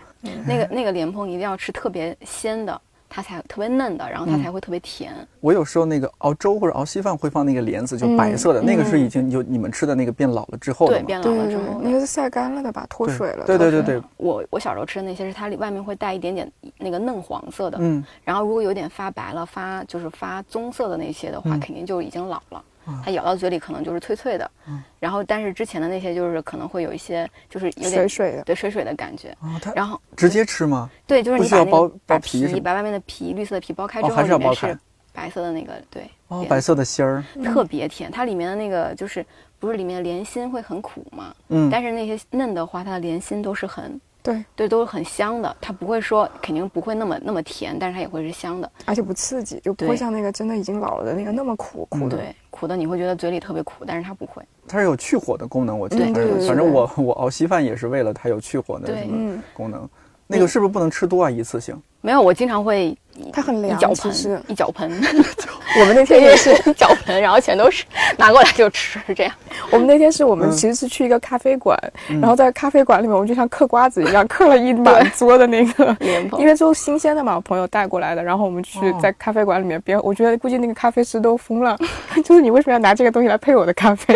那个那个莲蓬一定要吃特别鲜的，它才特别嫩的，然后它才会特别甜。我有时候那个熬粥或者熬稀饭会放那个莲子，就白色的，那个是已经有你们吃的那个变老了之后的对，嘛。变老对了对之对后，的，那个是晒干了的吧，脱水了。对对对对，我我小时候吃的那些是它里外面会带一点点那个嫩黄色的，嗯，然后如果有点发白了、发就是发棕色的那些的话，嗯肯定就已经老了啊。它咬到嘴里可能就是脆脆的，嗯然后但是之前的那些就是可能会有一些就是有点水水的。对水水的感觉。啊，它然后直接吃吗？对，就是不你需把要那剥个剥把皮什么把外面的皮绿色的皮剥开哦之后，还是里要面剥开嗯是白色的那个对哦，莲白色的芯儿，特别甜，它里面的那个就是不是里面的莲心会很苦嘛，嗯，但是那些嫩的话，它的莲心都是很对，对，都是很香的，它不会说肯定不会那么那么甜，但是它也会是香的，而且不刺激，就不对会像那个真的已经老了的那个那么苦苦的。对，苦的你会觉得嘴里特别苦，但是它不会，它是有去火的功能，我记得对它是有对对反正对我我熬稀饭也是为了它有去火的对什么嗯，功能。那个是不是不能吃多啊？一次性？没有，我经常会一它很一凉嗯脚其实盆一脚 盆，我们那天也也是一脚盆，然后全都是拿过来就吃这样， 我们那天是我们嗯其实是去一个咖啡馆，嗯然后在咖啡馆里面，我们就像嗑瓜子一样，嗑了一满桌的那个 莲蓬因为都是新鲜的嘛，我朋友带过来的。然后我们去哦在咖啡馆里面边，我觉得估计那个咖啡师都疯了， 就是你为什么要拿这个东西来配我的咖啡？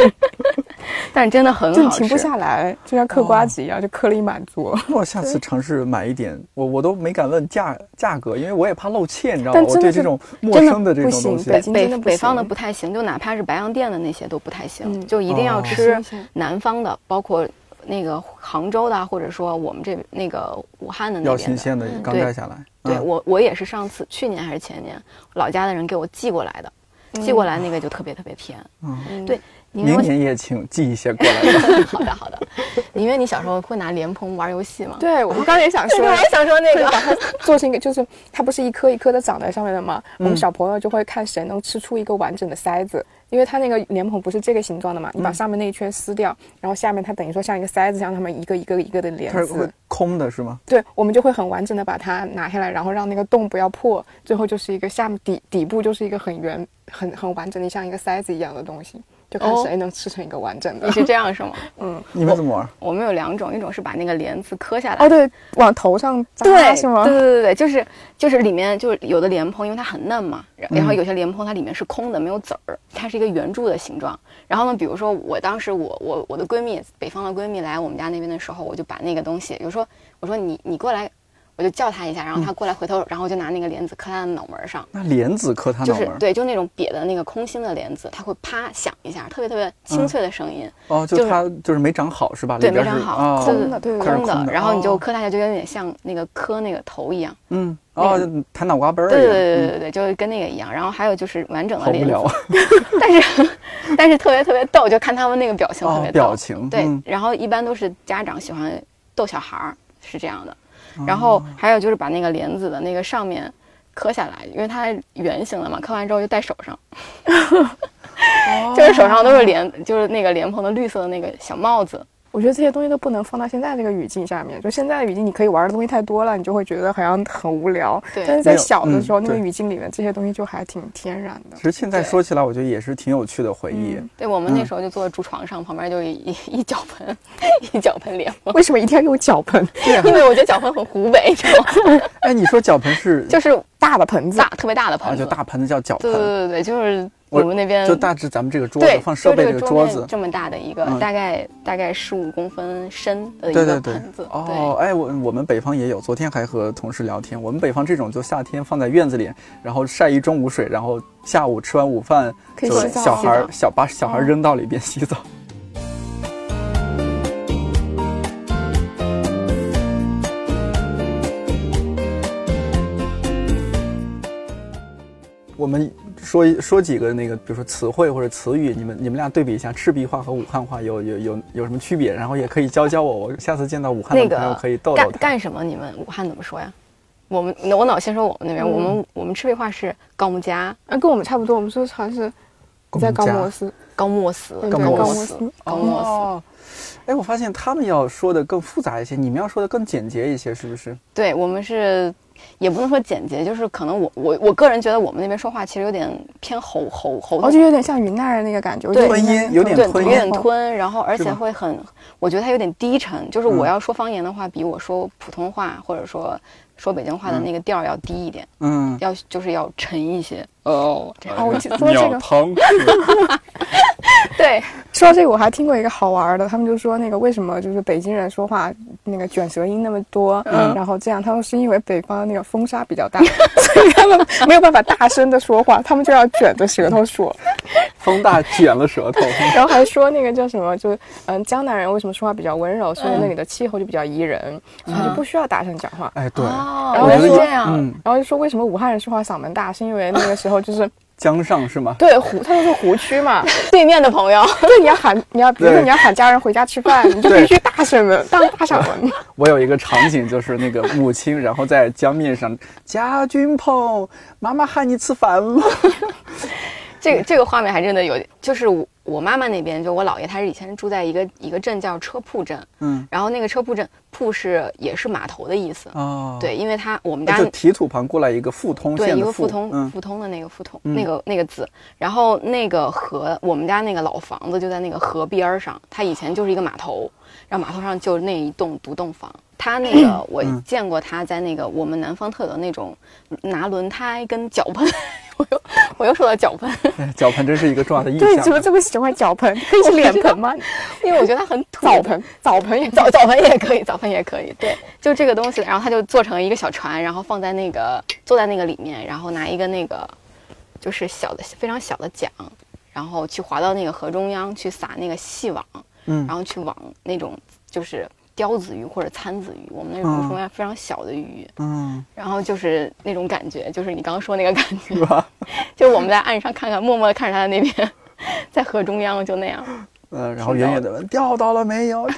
但真的很就好吃，哦停不下来，就像嗑瓜子一样，就嗑了一满桌。我下次尝试买一点，我我都没敢问价价格，因为我也怕露怯，你知道吗？但我真的对是这种陌真的生的这不种东行西，北京北真的不北方的行不太行，就哪怕是白洋淀的那些都不太行，嗯就一定要哦吃新鲜南方的，包括那个杭州的啊，或者说我们这那个武汉的那要边新的。鲜的，刚对摘下来。嗯对嗯我，我也是上次去年还是前年，老家的人给我寄过来的，寄过来那个就特别特别甜。嗯对，你明我年也请寄一些过 来吧。好的好的，因为你小时候会拿莲蓬玩游戏吗？对，我刚才也 想说，对，我也想说那就是个。把它做成一个，就是它不是一颗一颗的长在上面的嘛。嗯我们小朋友就会看谁能吃出一个完整的塞子，因为它那个莲蓬不是这个形状的嘛，嗯你把上面那一圈撕掉，然后下面它等于说像一个塞子，像他们一个一个一个的莲它是会子。空的是吗？对，我们就会很完整的把它拿下来，然后让那个洞不要破，最后就是一个下面底底部就是一个很圆、很很完整的，像一个塞子一样的东西，就看哦谁能吃成一个完整的。你是这样是吗？你们怎么玩？我们有两种，一种是把那个莲子磕下来，哦，对，往头上扎对，是吗？对对对对，就是就是里面就是有的莲蓬，因为它很嫩嘛，然然后有些莲蓬它里面是空的，没有籽儿，它是一个圆柱的形状。然后呢，比如说我当时我我我的闺蜜，北方的闺蜜来我们家那边的时候，我就把那个东西，有时候我说你你过来，我就叫她一下，然后她过来回头，然后我就拿那个莲子磕她的脑门儿上。那莲子磕它就脑是门儿，对，就那种瘪的那个空心的莲子，它会啪响一下，特别特嗯别清脆的声音，哦，就就是它就是没长好是吧？对，里没边是长好，哦对空的对它是空空的，的然后你就哦磕它一下，就有点像那个磕那个头一样。嗯，那哦，个就弹脑瓜杯儿一对样。对对嗯对对，就是跟那个一样。然后还有就是完整的好无脸，聊啊！ 但是 但是特别特别逗，就看他们那个表情特哦别，逗。表情对嗯，然后一般都是家长喜欢逗小孩儿，是这样的。哦然后还有就是把那个莲子的那个上面磕下来，因为它圆形的嘛，磕完之后就戴手上，哦 就是手上都是莲，就是那个莲蓬的绿色的那个小帽子。我觉得这些东西都不能放到现在这个语境下面。就现在的语境，你可以玩的东西太多了，你就会觉得好像很无聊。对但是没在有小的时候，嗯那个对语境里面，这些东西就还挺天然的其。实现在对说起来，我觉得也是挺有趣的回忆。嗯对我们那嗯时候就坐在竹床上，旁边就一一一脚盆， 一脚盆莲 蓬，为什么一定要用脚盆？啊 因为我觉得脚盆很湖北，你知道吗？哎，你说脚盆是就是大的盆 子大，特别大的盆啊，子，就大盆子叫脚对对盆，对对，就是我们那边就大致咱们这个桌对子放设备就这这个个桌面子。这么大的一个，嗯大概大概十五公分深的一对对个对盆子，，哦，哎，我我们北方也有，昨天还和同事聊天，我们北方这种就夏天放在院子里，然后晒一中午水，然后下午吃完午饭，可以就洗澡小孩洗儿澡嗯小把小孩儿扔到里边洗澡。 我们说一说几个那个，比如说词汇或者词语，你们你们俩对比一下，赤壁话和武汉话有有有有什么区别？然后也可以教教我，我下次见到武汉那的朋友个可以逗干逗他。干什么？你们武汉怎么说呀？我们那我老先说我们那嗯边，我们我们赤壁话是高木家、啊，跟我们差不多，我们说好像是你在高摩斯，嗯高莫斯、对高高莫莫呃斯斯，高莫斯。哦，哎，我发现他们要说的更复杂一些，你们要说的更简洁一些，是不是？对我们是，也不能说简洁，就是可能我我我个人觉得我们那边说话其实有点偏吼吼吼哦，的就有点像云南人那个感觉，我觉得对云南吞音有点对，吞有点音吞，然后而是且吧会很，我觉得它有点低沉，就是我嗯要说方言的话，比我说普通话或者说说北京话的那个调儿要低一点，嗯，要就是要沉一些。哦，这样哦，我记说这个，汤 对，说到这个，我还听过一个好玩儿的，他们就说那个为什么就是北京人说话那个卷舌音那么多，然后这样，他们是因为北方那个风沙比较大， 所以他们没有办法大声的说话，他们就要卷着舌头 说。风大卷了舌头。 然后还说那个叫什么，就是嗯，江南人为什么说话比较温柔，所以那里的气候就比较宜人，所以就不需要大声讲话。哎，对，哦，然我后觉得说一这样，嗯，然后就说为什么武汉人说话嗓门大，是因为那个时候就是江上是吗？对湖，他们是湖区嘛， 对面的朋友，对，你要喊，你要比如说对你要喊家人回家吃饭，你就对必须大声的，大大嗓门。我有一个场景，就是那个母亲，然后在江面上，家君碰，妈妈喊你吃饭了。这个这个画面还真的有点，就是我我妈妈那边，就我姥爷，他是以前住在一个一个镇叫车铺镇，嗯，然后那个车铺镇铺是也是码头的意思，哦，对，，因为他我们家就提土旁过来一个复通对县一的个复复通、嗯复通的那个复通、嗯那个那个字，然后那个河，我们家那个老房子就在那个河边儿上，它以前就是一个码头，然后码头上就那一栋独栋房。他那个 我嗯见过他在那个我们南方特有那种拿轮胎跟脚盆， 我又我又说到脚盆， 哎脚盆真是一个重要的意对，象怎么啊。这么喜欢脚盆？可以是脸盆吗？因为我觉得它很土。 澡盆，澡 盆也澡澡盆也可以，澡盆也可以，对，就这个东西，然后它就做成一个小船，然后放在那个坐在那个里面，然后拿一个那个就是小的非常小的桨，然后去划到那个河中央去撒那个细网，嗯然后去网那种就是鲷子鱼或者参子鱼，我们那种嗯中央非常小的鱼，嗯，然后就是那种感觉，就是你刚刚说那个感觉是，吧？ 就是我们在岸上看看，默默的看着它在那边， 在河中央就那样，呃，然后远远的问，钓到了没有？钓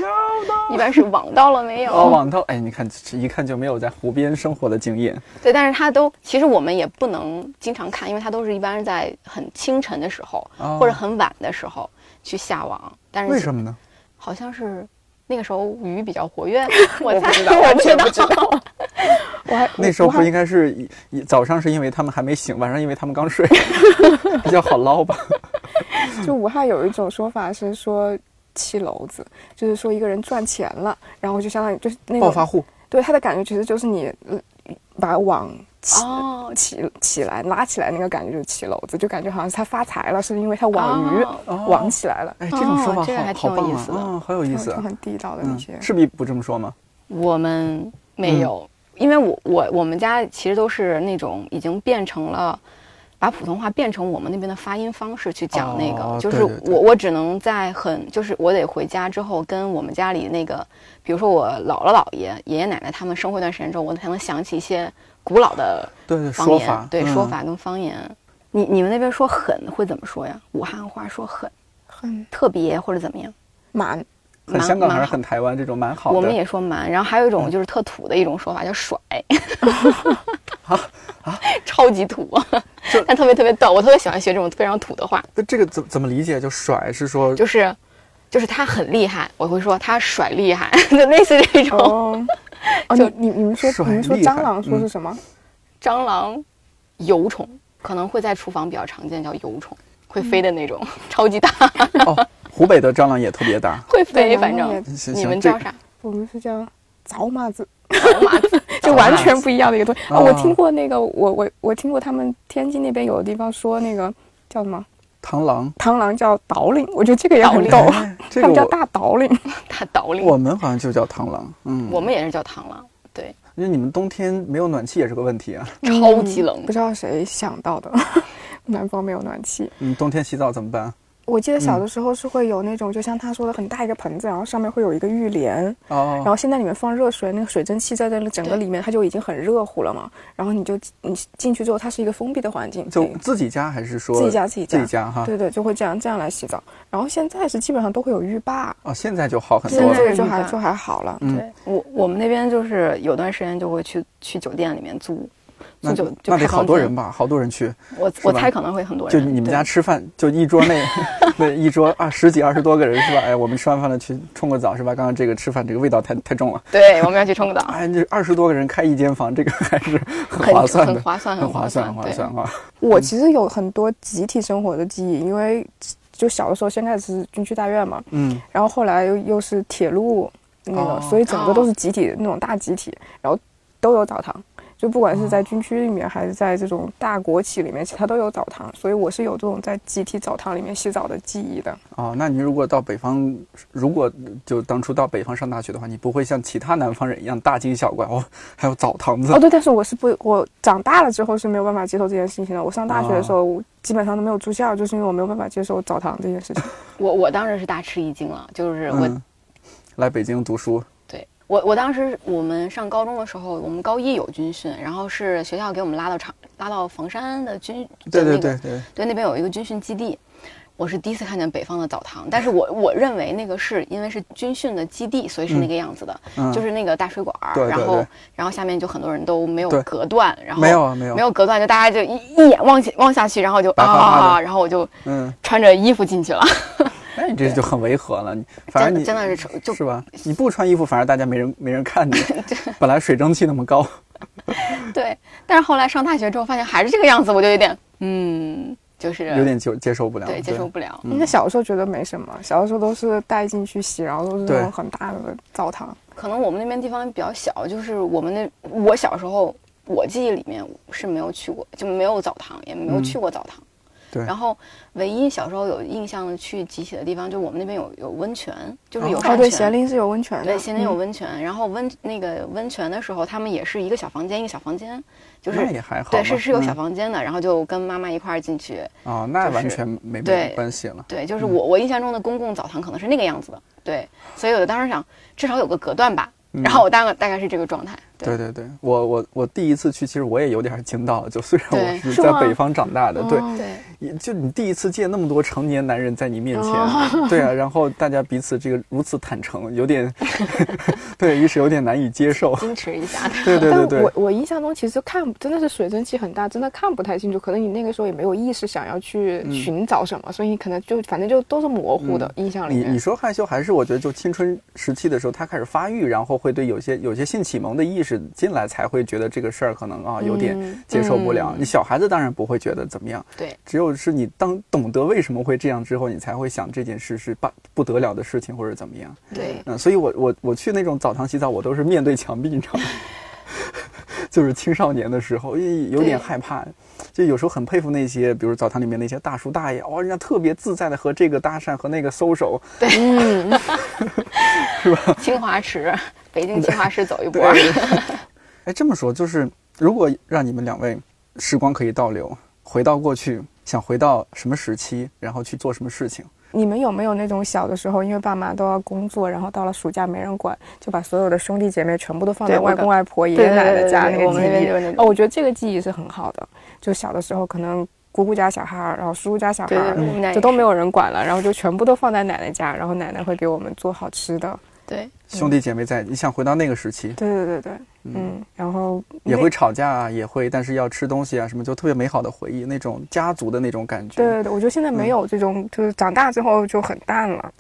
到。一般是网到了没有？哦，网到，哎，你看，一看就没有在湖边生活的经验。对，但是它都其实我们也不能经常看，因为它都是一般是在很清晨的时候、哦或者很晚的时候去下网。但是为什么呢？好像是那个时候鱼比较 活跃，我我猜不知道， 我我不真知的道不知道。我还那时候我不还应该是一一早上是因为他们还没醒，晚上因为他们刚睡， 比较好捞吧？就武汉有一种说法是说七楼子，就是说一个人赚钱了，然后就相当于就是那暴发种户。对他的感觉，其实就是你嗯把网起、哦，起起来拉起来那个感觉就是七楼子，就感觉好像是他发财了，是因为他网鱼、哦哦网起来了，哎，这种说法哦这个好还好挺有棒意啊！思的嗯，好有意就思啊。很地道的那嗯些，。赤壁不这么说吗？我们没有，嗯因为我我我们家其实都是那种已经变成了。把普通话变成我们那边的发音方式去讲那个，哦就是我对对对我只能在很就是我得回家之后跟我们家里那个，比如说我姥姥姥爷爷爷奶奶他们生活一段时间之后，我才能想起一些古老的对对，方说言，法对、说嗯法跟方言。你你们那边说狠会怎么说呀？武汉话说狠，很特别或者怎么样？满很蛮香港还蛮是好很台湾这种蛮好的。嗯我们也说蛮，然后还有一种就是特土的一种说法 叫甩，啊 超级土，但特别特别逗，我特别喜欢学这种非常土的话，那这个怎怎么理解？就甩是说就是就是他很厉害，我会说他甩厉害， 就类似这种、 哦。哦，你你你们说甩你们说厉害蟑螂说嗯是什么？蟑螂、油虫，可能会在厨房比较常见，叫油虫，会飞的那种，嗯超级大，。哦，湖北的蟑螂也特别大会对，飞，反然后正也行你行们这叫啥？我们是叫枣麻子，马子 就完全不一样的一个东西。啊哦，我听过那个，我我我听过他们天津那边有的地方说那个叫什么螳螂？螳螂叫倒领，我觉得这个也很逗倒，哎这他个哦们叫我大倒领。大倒立，我们好像就叫螳螂，嗯，我们也是叫螳螂，对，因为你们冬天没有暖气也是个问题啊，超级冷嗯 不。知道谁想到的，南方没有暖气，嗯你冬天洗澡怎么办？啊我记得小的时候是会有那种，就像他说的，很大一个盆子，然后上面会有一个浴帘，哦，然后现在里面放热水，那个水蒸气在这里整个对里面，它就已经很热乎了嘛。然后你就你进去之后，它是一个封闭的环境，就对自己家还是说自己家自己家自己家哈？对对，就会这样这样来洗澡。然后现在是基本上都会有浴霸，哦，现在就好很现多了。在就还浴霸就还好了。嗯对我我们那边就是有段时间就会去去酒店里面租，那租酒就那得开好房多间人吧，好多人去，我是我吧猜可能会很多就人。你们对家吃饭，就一桌 那那一桌啊，十几二十多个人是吧？哎，我们吃完饭了去冲个澡是吧？刚刚这个吃饭这个味道太太重了，对，我们要去冲个 澡，哎，这二十多个人开一间房，这个还是很啊很划算的很，划算，很划算，算，很划对算哈。我其实有很多集体生活的记忆，因为就小的时候先开始是军区大院嘛，嗯，然后后来又又是铁路那个，哦所以整个都是集体、那种大集体，然后都有澡堂。就不管是在军区里面，还是在这种大国企里面，其实它都有澡堂，所以我是有这种在集体澡堂里面洗澡的记忆的。哦，那你如果到北方，如果就当初到北方上大学的话，你不会像其他南方人一样大惊小怪哦，还有澡堂子哦，对，但是我是不，我长大了之后是没有办法接受这件事情的。我上大学的哦时候，我基本上都没有住校，就是因为我没有办法接受澡堂这件事情。我我当时是大吃一惊了，就是我、嗯，来北京读书，对我我当时我们上高中的时候，我们高一有军训，然后是学校给我们拉到厂拉到房山的军，对对的那个对对，对，那边有一个军训基地，我是第一次看见北方的澡堂，但是我我认为那个是因为是军训的基地，所以是那个样子的，嗯就是那个大水管儿，对对然对后然后下面就很多人都没有对隔断，然后没有啊没有没有隔断，就大家就一一眼望去望下去，然后就白花花的啊，然后我就嗯，穿着衣服进去了，那你这就很违和了，你反正真的你真的是就是吧？你不穿衣服，反而大家没人没人 看你，本来水蒸气那么高，对，但是后来上大学之后发现还是这个样子，我就有点嗯，就是有点接嗯接受不了，对接受不了。那小的时候觉得没什么，小的时候都是带进去洗，然后都是那对种很大的澡堂。可能我们那边地方比较小，就是我们那我小时候，我记忆里面是没有去过，就没有澡堂，也没有嗯去过澡堂。对然后唯一小时候有印象的去集体的地方，就我们那边有有温泉，就是有哦泡哦，对，泉咸林是有温泉的，对，咸宁有嗯温泉，然后温那个温泉的时候，他们也是一个小房间一个小房间，就是那也还好嘛，对是是有小嗯房间的，然后就跟妈妈一块儿进去，哦，那就是完全没没对关系了，对，就是我我印象中的公共澡堂可能是那个样子的，对，所以我当时想至少有个隔断吧，嗯然后我大概大概是这个状态，对对对对，我我我第一次去，其实我也有点惊到了，就虽然我对嗯是是在吗北方长大的，对，对。也就你第一次见那么多成年男人在你面前，哦对啊，然后大家彼此这个如此坦诚，有点， 对于是有点难以接受，矜持一下。 对嗯对对但对我，我印象中其实看真的是水蒸气很大，真的看不太清楚。可能你那个时候也没有意识想要去嗯寻找什么，所以你可能就反正就都是模糊的、印象里你面你。说害羞，还是我觉得就青春时期的时候，他开始发育，然后会对有些有些性启蒙的意识进来，才会觉得这个事儿可能啊有点嗯接受不了。嗯你小孩子当然不会觉得怎么样，对，只有是你当懂得为什么会这样之后，你才会想这件事是不不得了的事情或者怎么样。对，嗯，所以我我我去那种澡堂洗澡，我都是面对墙壁，你知道吗？ 就是青少年的时候，因为有点对害怕，就有时候很佩服那些，比如澡堂里面那些大叔大爷，哦，人家特别自在的和这个搭讪和那个搜手，清华池，北京清华池走一波对。哎，这么说就是，如果让你们两位时光可以倒流，回到过去，想回到什么时期，然后去做什么事情？你们有没有那种小的时候，因为爸妈都要工作，然后到了暑假没人管，就把所有的兄弟姐妹全部都放在对我外懂公外婆、爷对爷对奶对奶对家对那个我们那边记忆就是那？哦，种我觉得这个记忆是很好的。就小的时候，可能姑姑家小孩儿，然后叔叔家小孩对儿嗯对，对那也就都没是有人管了，然后就全部都放在奶奶家，然后奶奶会给我们做好吃的。 对，兄弟姐妹在，你想回到那个时期，对对对对，嗯，然后也那会吵架啊，也会，但是要吃东西啊，什么就特别美好的回忆，那种家族的那种感觉。对对对，我觉得现在嗯没有这种，就是长大之后就很淡了。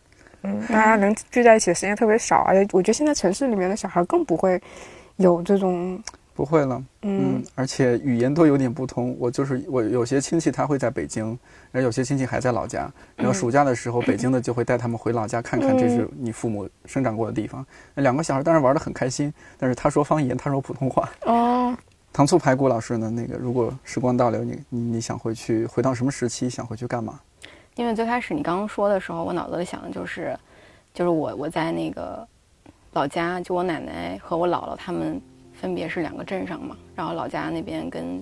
嗯，大家能聚在一起的时间特别少，而且我觉得现在城市里面的小孩更不会有这种，不会了，嗯嗯，而且语言都有点不同。我就是我有些亲戚他会在北京，然后有些亲戚还在老家，嗯然后暑假的时候，北京的就会带他们回老家看看，这是你父母生长过的地方。那两个小孩当然玩得很开心，但是他说方言，他说普通话。 哦，糖醋排骨老师呢？那个如果时光倒流，你你你想回去回到什么时期？想回去干嘛？因为最开始你刚刚说的时候，我脑子里想的就是，就是我我在那个老家，就我奶奶和我姥姥他们分别是两个镇上嘛，然后老家那边跟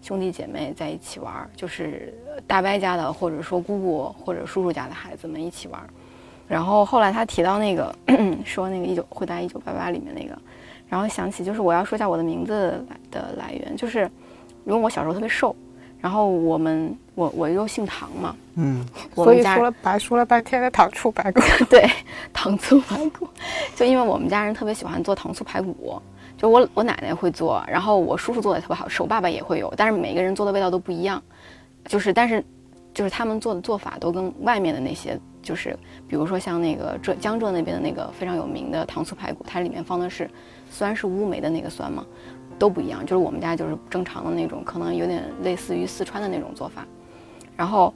兄弟姐妹在一起玩儿，就是大伯家的或者说姑姑或者叔叔家的孩子们一起玩儿。然后后来他提到那个 说那个一九回答一九八八里面那个，然后想起就是我要说一下我的名字的来源，就是因为我小时候特别瘦，然后我们我我又姓唐嘛，嗯，我所们以家说了白说了半天的糖醋排骨， 对，糖醋排骨，就因为我们家人特别喜欢做糖醋排骨，就我我奶奶会做，然后我叔叔做的特别好吃，我爸爸也会有，但是每个人做的味道都不一样，就是但是就是他们做的做法都跟外面的那些，就是比如说像那个浙江浙那边的那个非常有名的糖醋排骨，它里面放的是虽然是乌梅的那个酸嘛，都不一样，就是我们家就是正常的那种，可能有点类似于四川的那种做法，然后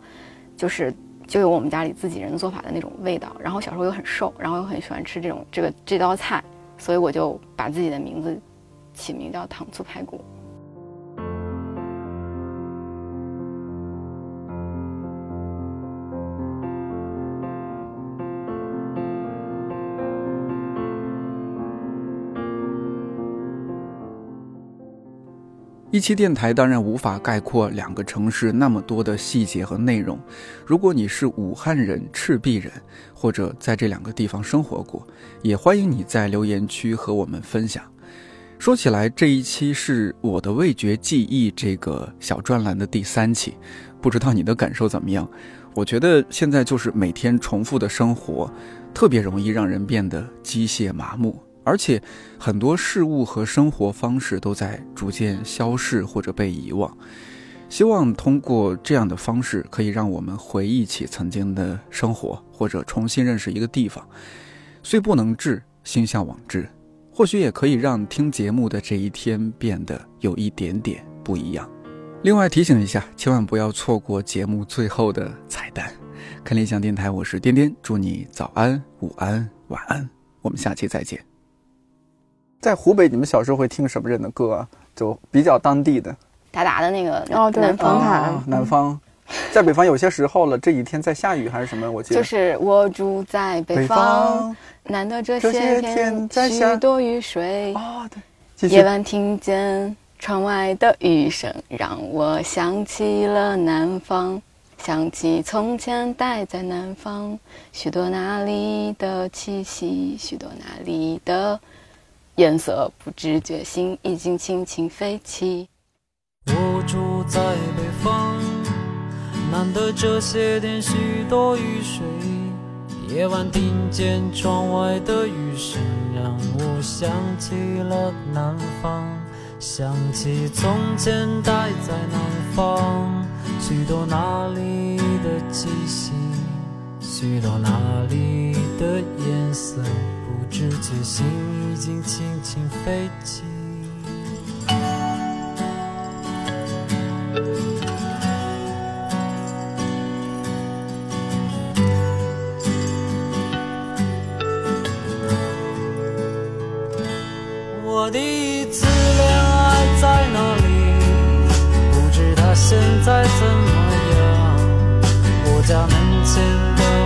就是就有我们家里自己人做法的那种味道。然后小时候又很瘦，然后又很喜欢吃这种这个这道菜，所以我就把自己的名字起名叫糖醋排骨。一期电台当然无法概括两个城市那么多的细节和内容。如果你是武汉人、赤壁人，或者在这两个地方生活过，也欢迎你在留言区和我们分享。说起来，这一期是我的味觉记忆这个小专栏的第三期，不知道你的感受怎么样？我觉得现在就是每天重复的生活，特别容易让人变得机械麻木，而且很多事物和生活方式都在逐渐消逝或者被遗忘。希望通过这样的方式，可以让我们回忆起曾经的生活，或者重新认识一个地方。虽不能至，心向往之。或许也可以让听节目的这一天变得有一点点不一样。另外提醒一下，千万不要错过节目最后的彩蛋。看理想电台，我是颠颠，祝你早安、午安、晚安，我们下期再见。在湖北，你们小时候会听什么人的歌啊？就比较当地的达达的那个南哦对南唐方塔啊南方，在北方有些时候了，这几天在下雨还是什么？我记得就是我住在北北方，难得这这些些天天在下许多雨水，啊，对，继续夜晚听见窗外的雨声，让我想起了南方，想起从前待在南方，许多那里的气息，许多那里的颜色，不知觉心已经轻轻飞起。我住在北方，难得这些天许多雨水。夜晚听见窗外的雨声，让我想起了南方，想起从前待在南方，许多那里的气息，许多那里的颜色，不知觉心已经轻轻飞起。我第一次恋爱在哪里？不知他现在怎么样。我家门前的啊 Ah,